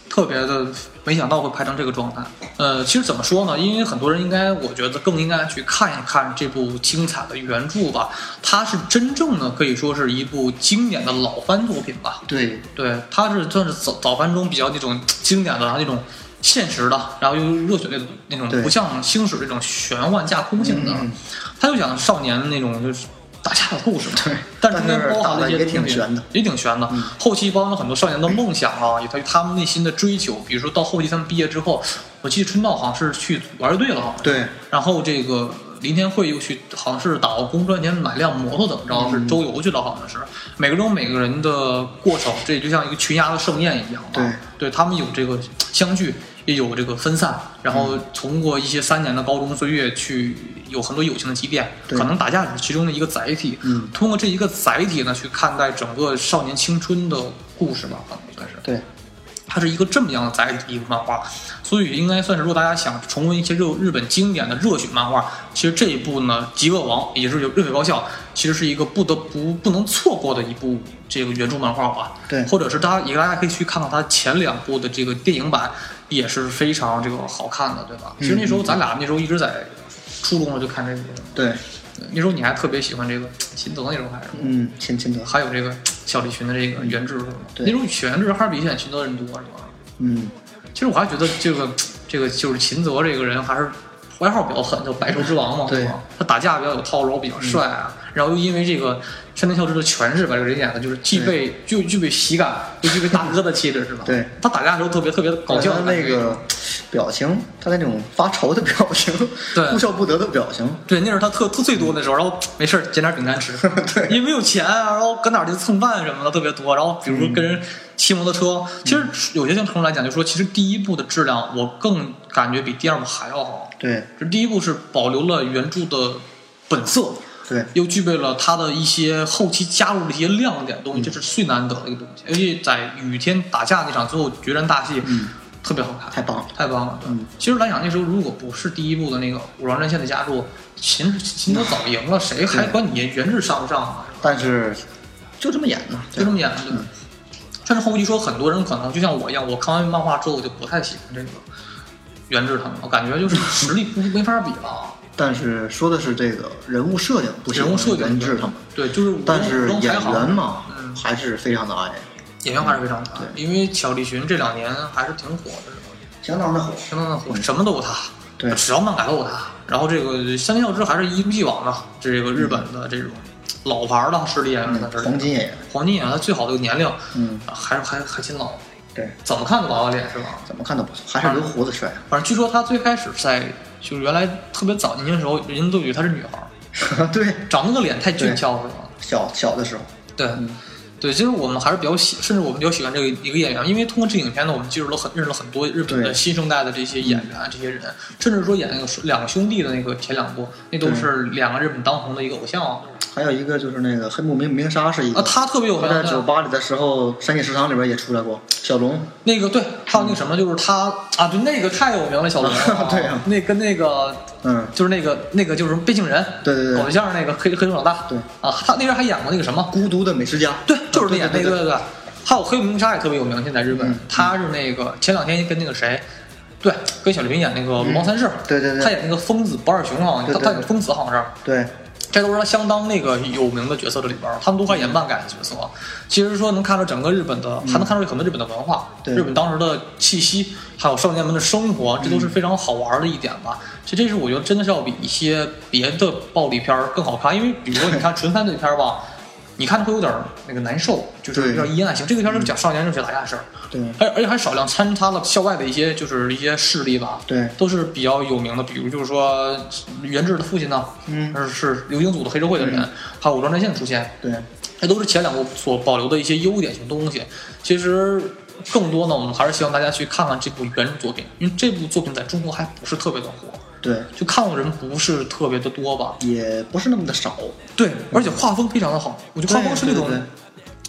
Speaker 2: 特别的没想到会拍成这个状态。呃，其实怎么说呢？因为很多人应该，我觉得更应该去看一看这部精彩的原著吧。它是真正的可以说是一部经典的老番作品吧。
Speaker 3: 对，
Speaker 2: 对，它是算是早早番中比较那种经典的，然后那种现实的，然后又热血那种那种
Speaker 3: 对，
Speaker 2: 不像星矢这种玄幻架空性的
Speaker 3: 嗯嗯嗯，
Speaker 2: 他就讲少年的那种就是打架的故事嘛。
Speaker 3: 对
Speaker 2: 但是中
Speaker 3: 但
Speaker 2: 间
Speaker 3: 是
Speaker 2: 包含
Speaker 3: 打
Speaker 2: 了
Speaker 3: 得
Speaker 2: 一些
Speaker 3: 也挺
Speaker 2: 东西
Speaker 3: 玄的，嗯
Speaker 2: 也挺悬的。后期包含了很多少年的梦想啊，以及他们内心的追求，比如说到后期他们毕业之后，我记得春道好像是去玩乐队了，好像是
Speaker 3: 对，
Speaker 2: 然后这个林天惠又去，好像是打过工赚钱买辆摩托，怎么着
Speaker 3: 嗯
Speaker 2: 是周游去了，好像是。每个人有每个人的过程，这就像一个群鸭的盛宴一样嘛。
Speaker 3: 对，
Speaker 2: 他们有这个相聚，也有这个分散，然
Speaker 3: 嗯
Speaker 2: 后通过一些三年的高中岁月去有很多友情的积淀，
Speaker 3: 对
Speaker 2: 可能打架只是其中的一个载体。
Speaker 3: 嗯
Speaker 2: 通过这一个载体呢，去看待整个少年青春的故事吧，可能算是。
Speaker 3: 对，
Speaker 2: 它是一个这么样的载体的一个漫画，所以应该算是，如果大家想重温一些日日本经典的热血漫画，其实这一部呢，《极恶王》也是有热血高校，其实是一个不得不不能错过的一部这个原著漫画吧。
Speaker 3: 对
Speaker 2: 或者是大家也大家可以去看看它前两部的这个电影版，也是非常这个好看的，对
Speaker 3: 嗯
Speaker 2: 吧？其实那时候咱俩那时候一直在初中了就看这个，
Speaker 3: 对，
Speaker 2: 那时候你还特别喜欢这个秦泽那种还是？
Speaker 3: 嗯，秦秦泽，
Speaker 2: 还有这个小栗旬的这个原制是吗？
Speaker 3: 对
Speaker 2: 那时候原制哈尔比选秦泽人多是吧？
Speaker 3: 嗯，
Speaker 2: 其实我还觉得这个这个就是秦泽这个人还是外号比较狠，叫百兽之王嘛，
Speaker 3: 对嗯
Speaker 2: 吧？他打架比较有套路，比较帅啊。然后又因为这个山田孝之的诠释吧，这个人演的就是具备具具备喜感，又具备大哥的气质，是吧？
Speaker 3: 对，
Speaker 2: 他打架的时候特别特别的搞笑
Speaker 3: 他
Speaker 2: 的感觉，
Speaker 3: 那个表情，他那种发愁的表情，
Speaker 2: 对
Speaker 3: 哭笑不得的表情，
Speaker 2: 对，那时候他特特最多那时候，然后没事儿捡点饼干吃， 对，因为没有钱啊，然后搁哪儿去蹭饭什么的特别多，然后比如
Speaker 3: 嗯
Speaker 2: 说跟人骑摩托车，其实有些相同来讲，就说其实第一部的质量我更感觉比第二部还要好，
Speaker 3: 对
Speaker 2: 这第一部是保留了原著的本色，
Speaker 3: 对，
Speaker 2: 又具备了它的一些后期加入了一些亮点的东西，这
Speaker 3: 嗯
Speaker 2: 是最难得的一个东西。尤其在雨天打架那场最后决战大戏，
Speaker 3: 嗯
Speaker 2: 特别好看，
Speaker 3: 太棒了，
Speaker 2: 太棒了。对，
Speaker 3: 嗯
Speaker 2: 其实来讲那时候如果不是第一部的那个武装战线的加入，秦秦德早赢了，谁还管你原制上不上啊？
Speaker 3: 但是就这么演呢，
Speaker 2: 就这么演的。
Speaker 3: 嗯
Speaker 2: 对吧但是后期说，很多人可能就像我一样，我看完漫画之后，我就不太喜欢这个原制他们了，我感觉就是实力不没法比了。啊
Speaker 3: 但是说的是这个人物设定，不是
Speaker 2: 人物设定
Speaker 3: 原制他们，
Speaker 2: 对，就是
Speaker 3: 但是
Speaker 2: 武装
Speaker 3: 演
Speaker 2: 还好
Speaker 3: 员嘛
Speaker 2: 嗯，
Speaker 3: 还是非常的爱。
Speaker 2: 演员还是非常强，
Speaker 3: 对
Speaker 2: 因为小栗旬这两年还是挺火的，
Speaker 3: 相当的火。
Speaker 2: 相当的火，什么都有他，
Speaker 3: 对
Speaker 2: 只要漫改都有他。然后这个山田孝之还是一如既往的这个日本的这种老牌儿的实力演员在
Speaker 3: 嗯
Speaker 2: 这，儿，
Speaker 3: 黄金演员，
Speaker 2: 黄金演员他最好的年龄，
Speaker 3: 嗯，
Speaker 2: 啊还还还挺老，
Speaker 3: 对，
Speaker 2: 怎么看都老到脸是吧？
Speaker 3: 怎么看都不错，还是留胡子帅。
Speaker 2: 反正据说他最开始在就是原来特别早年轻的时候，人家都以为她是女孩儿，
Speaker 3: 啊 对，
Speaker 2: 长那个脸太俊俏了是吧？
Speaker 3: 小小的时候，
Speaker 2: 对，对，其实我们还是比较喜，甚至我们比较喜欢这个一个演员，因为通过这个影片呢，我们接触了很认识了很多日本的
Speaker 3: 对嗯
Speaker 2: 新生代的这些演员啊，这些人，甚至说演那个两个兄弟的那个前两部，那都是两个日本当红的一个偶像啊。
Speaker 3: 还有一个就是那个黑木明明沙是一个，
Speaker 2: 啊，他特别有
Speaker 3: 嗯他在
Speaker 2: 名
Speaker 3: 酒
Speaker 2: 的，
Speaker 3: 吧里的时候，山井食堂里边也出来过。小龙，
Speaker 2: 那个对，还有那个什么，就是他啊，对，那个太有名了，小 龙、
Speaker 3: 嗯对啊
Speaker 2: 那跟那个
Speaker 3: 嗯，
Speaker 2: 就是那个那个就是变性人，
Speaker 3: 对对对
Speaker 2: 搞对象那个黑黑手老大，
Speaker 3: 对
Speaker 2: 啊，他那边还演过那个什么，
Speaker 3: 孤独的美食家，
Speaker 2: 对，就是那演那
Speaker 3: 对
Speaker 2: 个，
Speaker 3: 对
Speaker 2: 对对对。还有黑木明沙也特别有名，现在日本
Speaker 3: 嗯，
Speaker 2: 他是那个前两天跟那个谁，对，跟小林演那个《鲁邦三世》，
Speaker 3: 嗯对对
Speaker 2: 他
Speaker 3: 对
Speaker 2: 演那个疯子不二雄好像，
Speaker 3: 对
Speaker 2: 他
Speaker 3: 对
Speaker 2: 他演疯子好像是，
Speaker 3: 对，
Speaker 2: 这都是他相当那个有名的角色这里边儿，他们都还演漫改的角色。啊其实说能看出整个日本的，还能看出很多日本的文化，
Speaker 3: 嗯对嗯
Speaker 2: 日本当时的气息，还有少年们的生活，这都是非常好玩的一点吧。这这是我觉得真的是要比一些别的暴力片儿更好看，因为比如说你看纯犯罪片儿吧， 你看着会有点儿那个难受，就是有
Speaker 3: 对
Speaker 2: 点阴暗型。这个片儿就是讲少年热血打架的事儿，
Speaker 3: 对
Speaker 2: 而而且还少量掺插了校外的一些就是一些势力吧，
Speaker 3: 对，
Speaker 2: 都是比较有名的，比如就是说袁志的父亲呢，
Speaker 3: 嗯，
Speaker 2: 而是流行组的黑社会的人，还有武装战线的出现，
Speaker 3: 对，
Speaker 2: 这都是前两部所保留的一些优点性东西。其实更多呢，我们还是希望大家去看看这部原著作品，因为这部作品在中国还不是特别的火，
Speaker 3: 对，
Speaker 2: 就看过人不是特别的多吧。
Speaker 3: 也不是那么的少，
Speaker 2: 对，而且画风非常的好，我觉得画风是那种
Speaker 3: 对对对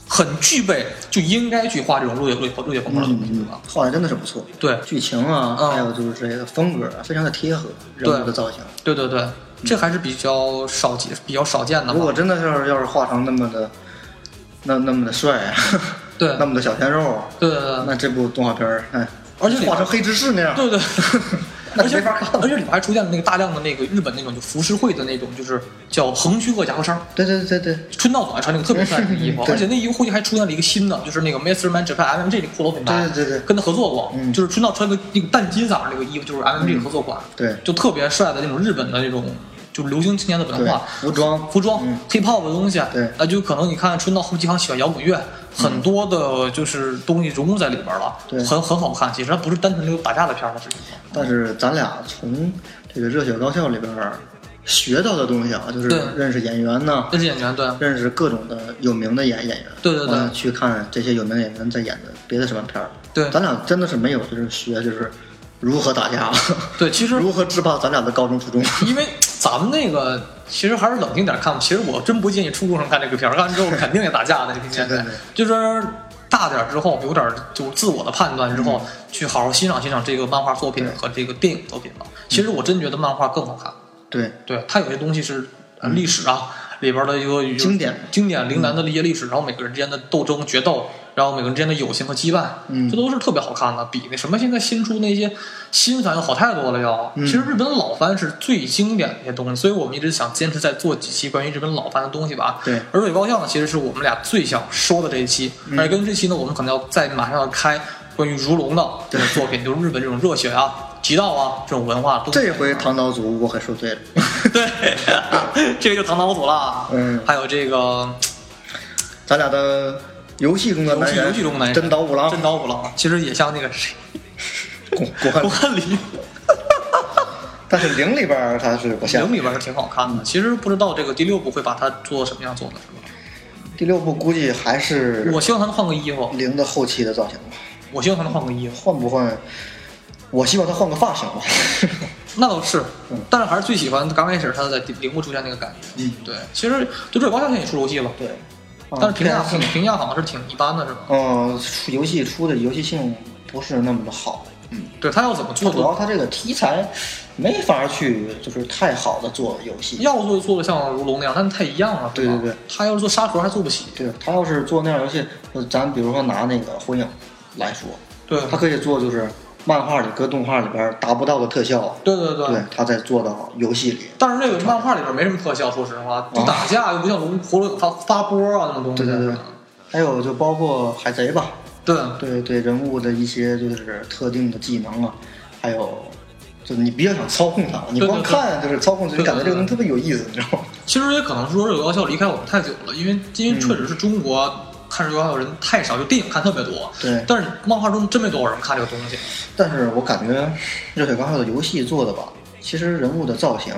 Speaker 2: 很具备就应该去画这种热血热血热血风格的东西，对
Speaker 3: 嗯，
Speaker 2: 吧？
Speaker 3: 画的真的是不错，
Speaker 2: 对，
Speaker 3: 剧情啊，
Speaker 2: 嗯
Speaker 3: 还有就是这个风格啊，非常的贴合人物的造型。
Speaker 2: 对对对，这还是比较少见、比较少见的
Speaker 3: 如
Speaker 2: 吧。
Speaker 3: 果真的是要是画成那么的，那那么的帅，啊
Speaker 2: 对
Speaker 3: 那么的小鲜肉，啊
Speaker 2: 对对对，
Speaker 3: 那这部动画片儿，哎，
Speaker 2: 而且里边
Speaker 3: 画成黑执事那样，
Speaker 2: 对对。
Speaker 3: 那
Speaker 2: 而
Speaker 3: 就
Speaker 2: 且
Speaker 3: 没法看
Speaker 2: 而
Speaker 3: 了。
Speaker 2: 且里面还出现了那个大量的那个日本那种就浮世绘的那种，就是叫横须贺夹克衫，
Speaker 3: 对对对对，
Speaker 2: 春道馆穿那个特别帅的衣服
Speaker 3: ，对
Speaker 2: 而且那衣服后期还出现了一个新的，就是那个 Mr. Man Japan MMG 这个骷髅品牌，
Speaker 3: 对对对对
Speaker 2: 跟他合作过，
Speaker 3: 嗯
Speaker 2: 就是春道穿个那个淡金色儿那个衣服，就是 MMG 合作款，
Speaker 3: 对
Speaker 2: 就特别帅的那种日本的那种。就是流行青年的文
Speaker 3: 对
Speaker 2: 化，，
Speaker 3: 服装，
Speaker 2: 服装、
Speaker 3: 嗯
Speaker 2: hiphop 的东西，
Speaker 3: 对嗯
Speaker 2: 那就可能你看春到后期很喜欢摇滚乐，很多的就是东西融入在里边了，
Speaker 3: 对
Speaker 2: 很很好看。其实它不是单纯那个打架的片儿了，是
Speaker 3: 但是咱俩从这个《热血高校》里边儿学到的东西啊，就是
Speaker 2: 对
Speaker 3: 认识演员呢，
Speaker 2: 那是演员对，
Speaker 3: 认识各种的有名的演演员，
Speaker 2: 对对对
Speaker 3: 完了去看这些有名演员在演的别的什么片儿。
Speaker 2: 对
Speaker 3: 咱俩真的是没有就是学就是如何打架，
Speaker 2: 对，其实
Speaker 3: 如何制霸咱俩的高中初中。
Speaker 2: 因为咱们那个其实还是冷静点看吧。其实我真不建议初中生看这个片儿，看完之后肯定也打架的。这个年
Speaker 3: 对
Speaker 2: 代
Speaker 3: 对对
Speaker 2: 就是大点儿之后，有点儿就自我的判断之后，去好好欣赏欣赏这个漫画作品
Speaker 3: 嗯对嗯
Speaker 2: 和这个电影作品吧。其实我真觉得漫画更好看，
Speaker 3: 对，
Speaker 2: 对它有些东西是呃历史啊里边的一个
Speaker 3: 嗯经典嗯
Speaker 2: 经典铃兰的一些历史，然后每个人之间的斗争决斗，然后每个人之间的友情和羁绊，
Speaker 3: 嗯
Speaker 2: 这都是特别好看的。比那什么现在新出那些新番要好太多了要。
Speaker 3: 嗯
Speaker 2: 其实日本老番是最经典的一些东西，所以我们一直想坚持再做几期关于日本老番的东西吧。
Speaker 3: 对
Speaker 2: 而水高校呢，其实是我们俩最想说的这一期，
Speaker 3: 嗯
Speaker 2: 而跟这期呢，我们可能要再马上要开关于如龙的这种作品，就是日本这种热血啊、极道啊这种文化的东西。
Speaker 3: 这回唐岛组我可说对了，
Speaker 2: 对，这个就唐老祖了啊。
Speaker 3: 嗯
Speaker 2: 还有这个
Speaker 3: 咱俩的游戏中的
Speaker 2: 游
Speaker 3: 男
Speaker 2: 戏
Speaker 3: 人，
Speaker 2: 游戏中的男人
Speaker 3: 真岛五郎，
Speaker 2: 真 岛五郎，其实也像那个谁，
Speaker 3: 古古汉
Speaker 2: 郭， 汉林，
Speaker 3: 但是零里边儿他是不像
Speaker 2: 零。里边是挺好看的。其实不知道这个第六部会把它做什么样做的，是
Speaker 3: 第六部估计还是
Speaker 2: 吧？我希望他能换个衣服，
Speaker 3: 零的后期的造型吧，
Speaker 2: 我希望他能换个衣服，
Speaker 3: 换不换？我希望他换个发型吧。
Speaker 2: 那倒是
Speaker 3: 嗯，
Speaker 2: 但是还是最喜欢刚开始他在第零部出现那个感觉。
Speaker 3: 嗯，
Speaker 2: 对，其实就这高校现在也出游戏了，
Speaker 3: 对，
Speaker 2: 但是评价
Speaker 3: 嗯
Speaker 2: 评评价好像是挺一般的，是吧？
Speaker 3: 嗯，出游戏出的游戏性不是那么的好，嗯，
Speaker 2: 对他要怎么做
Speaker 3: 主
Speaker 2: 都
Speaker 3: 要它这个题材没法去就是太好的做游戏，
Speaker 2: 要做就做的像如龙那样，但是太一样了，是吧
Speaker 3: 对对对，
Speaker 2: 他要是做沙盒还做不起，
Speaker 3: 对，它要是做那样游戏，呃咱比如说拿那个火影来说，
Speaker 2: 对，
Speaker 3: 它可以做就是漫画里跟动画里边达不到的特效，
Speaker 2: 对对对
Speaker 3: 对，它再做到游戏里，
Speaker 2: 但是那个漫画里边没什么特效，说实话，就打架又不像龙葫芦发发波啊那种东西。
Speaker 3: 哦对对对，还有就包括海贼吧，
Speaker 2: 对，
Speaker 3: 对对人物的一些就是特定的技能啊，还有就你比较想操控它，你
Speaker 2: 对
Speaker 3: 光
Speaker 2: 对
Speaker 3: 看就是操控，就
Speaker 2: 对
Speaker 3: 感觉
Speaker 2: 对
Speaker 3: 这个东西
Speaker 2: 对
Speaker 3: 特别有意思，你知道吗？
Speaker 2: 其实也可能说这个高校离开我们太久了，因为因
Speaker 3: 嗯
Speaker 2: 为确实是中国。看这个高校人太少，就电影看特别多，
Speaker 3: 对
Speaker 2: 但是漫画中真没多少人看这个东西。
Speaker 3: 但是我感觉热血高校的游戏做的吧，其实人物的造型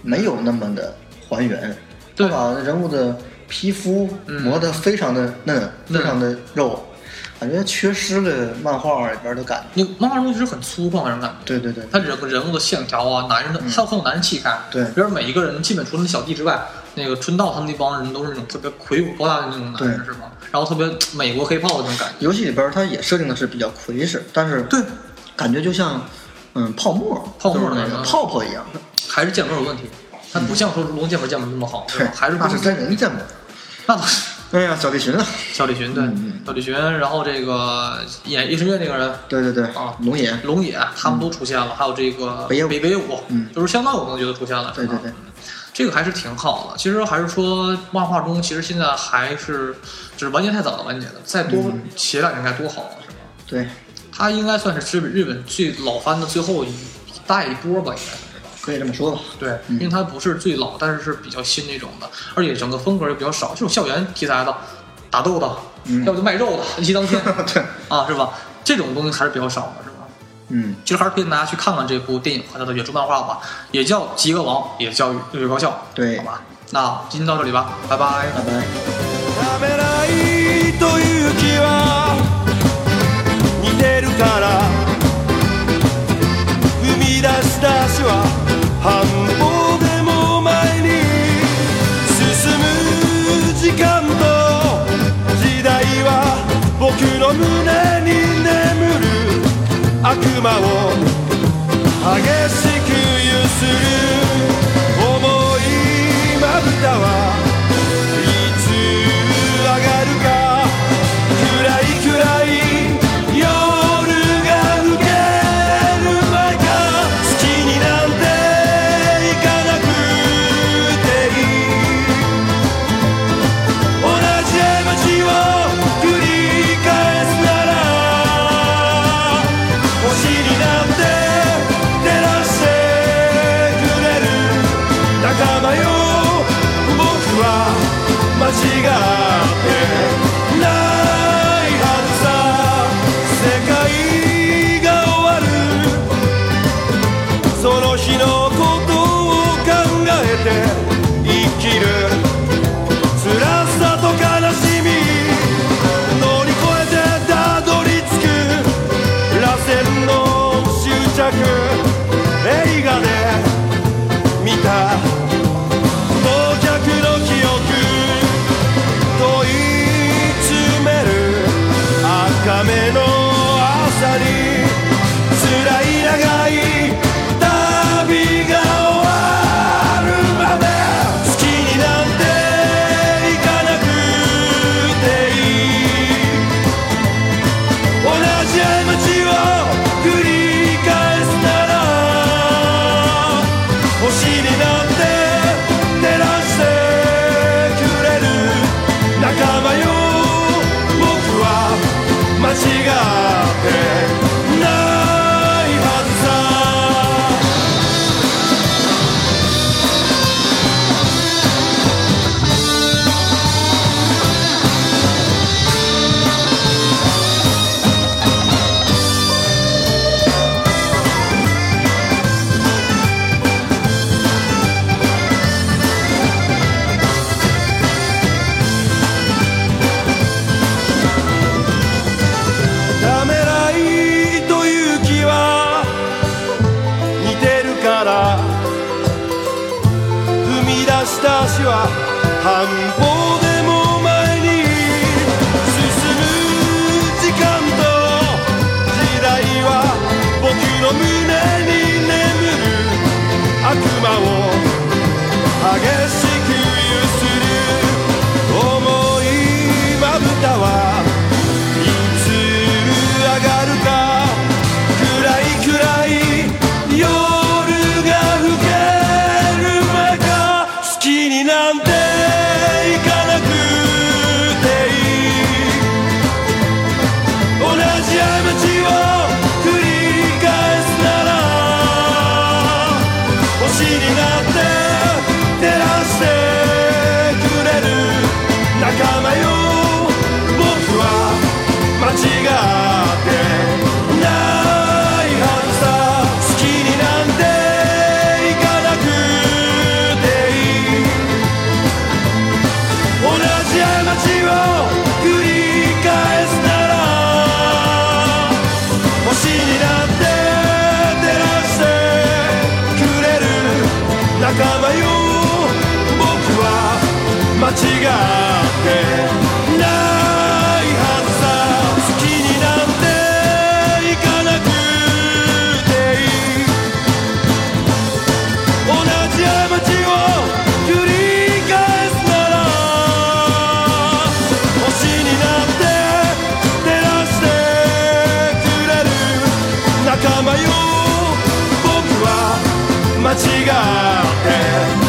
Speaker 3: 没有那么的还原，
Speaker 2: 对
Speaker 3: 他把人物的皮肤
Speaker 2: 嗯
Speaker 3: 磨得非常的嫩，
Speaker 2: 嫩
Speaker 3: 非常的肉，感觉缺失了漫画里边的感觉。
Speaker 2: 那个漫画中其实很粗犷，让人感觉。
Speaker 3: 对对对，
Speaker 2: 他人人物的线条啊，男人的，还有很有男人气概。
Speaker 3: 嗯对
Speaker 2: 比如每一个人，基本除了小弟之外，那个春道他们那帮人都是那种特别魁梧高大的那种男人，
Speaker 3: 对
Speaker 2: 是吗？然后特别美国黑炮的那种感觉。
Speaker 3: 游戏里边它也设定的是比较魁式，但是
Speaker 2: 对，
Speaker 3: 感觉就像嗯泡沫
Speaker 2: 泡沫
Speaker 3: 就是那个
Speaker 2: 嗯
Speaker 3: 泡泡一样。
Speaker 2: 还是建模有问题，他不像说龙剑和剑门那么好，
Speaker 3: 对，
Speaker 2: 还是不
Speaker 3: 嗯那是真人建模。
Speaker 2: 那倒是
Speaker 3: 哎呀，小栗旬啊，
Speaker 2: 小李旬对
Speaker 3: 嗯，
Speaker 2: 小李旬，然后这个演夜神月那个人。
Speaker 3: 对对对，
Speaker 2: 啊
Speaker 3: 龙爷，
Speaker 2: 龙野他们都出现了，还有这个
Speaker 3: 嗯北野武
Speaker 2: 北野武，
Speaker 3: 嗯
Speaker 2: 就是相当有能觉得出现了，
Speaker 3: 对
Speaker 2: 是吧
Speaker 3: 对对，
Speaker 2: 这个还是挺好的。其实还是说，漫画中其实现在还是就是完结太早了，完结的，再多
Speaker 3: 嗯
Speaker 2: 写两年该多好啊，是吧？
Speaker 3: 对，
Speaker 2: 它应该算是日本日本最老番的最后一大一波吧，应该是。
Speaker 3: 可以这么说吧。
Speaker 2: 对，因为它不是最老，但是是比较新那种的，而且整个风格也比较少，这种校园题材的，打斗的，
Speaker 3: 嗯
Speaker 2: 要不就卖肉的，一骑当 千
Speaker 3: 对，
Speaker 2: 啊，是吧？这种东西还是比较少的，是吧？
Speaker 3: 嗯，
Speaker 2: 其实还是推荐大家去看看这部电影和它的原著漫画吧，也叫《极恶王》，也叫《热血高校》，
Speaker 3: 对
Speaker 2: 好吧？那今天到这里吧，拜拜。
Speaker 3: 拜拜。
Speaker 1: 食べないという気は似てるから踏み出した足は半歩でも前に進む時間と時代は僕の胸に眠る悪魔を激しく揺する重いまぶたはいつ上がるか暗い暗い夜が更ける前か好きになんていかなくていい同じ街を繰り返すなら星になんて照らしてくれる仲間よ僕は間違ってないはずさ世界が終わるその日のことを考えて生きる辛さと悲しみ乗り越えてたどり着く螺旋の終着映画で見た「到着の記憶」「問い詰める赤目の朝に」「辛い長い旅が終わるまで」「好きになんていかなくていい」同じ過ちを繰り返すなら星になって照らしてくれる仲間よ僕は間違ってないはずさためらいという気は似てるから踏み出した足は半歩でも前に進む時間と時代は僕の胸に眠る悪魔を激しく揺する重いまぶたはいつ上がるか暗い暗い夜が更ける前か好きになんていかなく
Speaker 4: 仲間よ僕は間違って